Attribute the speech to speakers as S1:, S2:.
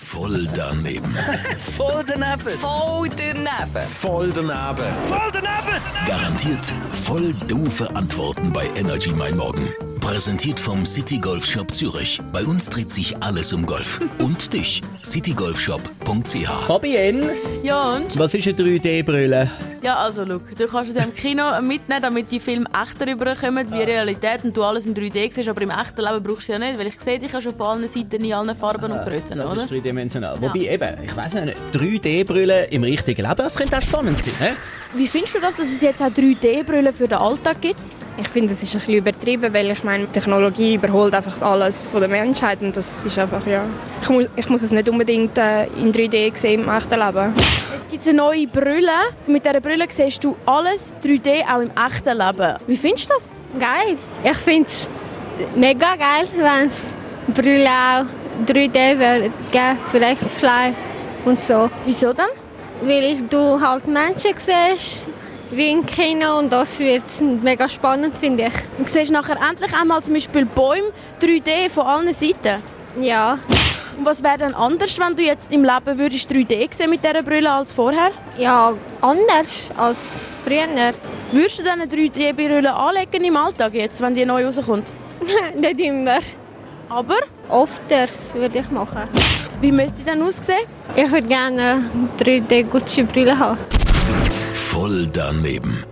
S1: Voll daneben.
S2: Voll daneben.
S3: Voll daneben.
S1: Voll daneben.
S2: Voll daneben.
S1: Garantiert voll doofe Antworten bei Energy Mein Morgen. Präsentiert vom City Golf Shop Zürich. Bei uns dreht sich alles um Golf. Und dich, citygolfshop.ch.
S4: Fabienne,
S5: Ja, und?
S4: was ist eine 3D-Brille?
S5: Ja, also, look, du kannst es ja im Kino mitnehmen, damit die Filme echter rüberkommen, wie Realität und du alles in 3D siehst, aber im echten Leben brauchst du es ja nicht, weil ich sehe dich ja schon von allen Seiten in allen Farben und Größen,
S4: Das
S5: oder?
S4: ist dreidimensional. Wobei eben, ich weiß nicht, 3D-Brille im richtigen Leben, das könnte auch spannend sein. hä?
S6: Wie findest du das, dass es jetzt auch 3D-Brillen für den Alltag gibt?
S7: Ich finde, es ist ein bisschen übertrieben, weil ich meine, Technologie überholt einfach alles von der Menschheit und das ist einfach, ja. Ich muss, ich muss es nicht unbedingt äh, in 3D sehen im echten Leben.
S6: Jetzt gibt es eine neue Brille. Mit dieser Brille siehst du alles 3D auch im echten Leben. Wie findest du das?
S8: Geil. Ich finde es mega geil, wenn es Brille auch 3D wird geben, vielleicht zwei und so.
S6: Wieso denn?
S8: Weil du halt Menschen siehst, wie im Kino und das wird mega spannend, finde ich.
S6: Du siehst nachher endlich einmal zum Beispiel Bäume 3D von allen Seiten.
S8: Ja,
S6: Und was wäre denn anders, wenn du jetzt im Leben würdest 3D sehen mit dieser Brille als vorher?
S8: ja anders als früher.
S6: Würdest du diese 3D-Brille anlegen im Alltag jetzt, wenn die neu rauskommt?
S8: Nicht immer.
S6: Aber
S8: Ofters würde ich machen.
S6: wie müsste die denn aussehen?
S8: Ich würde gerne 3D-Gucci-Brille haben.
S1: Voll daneben.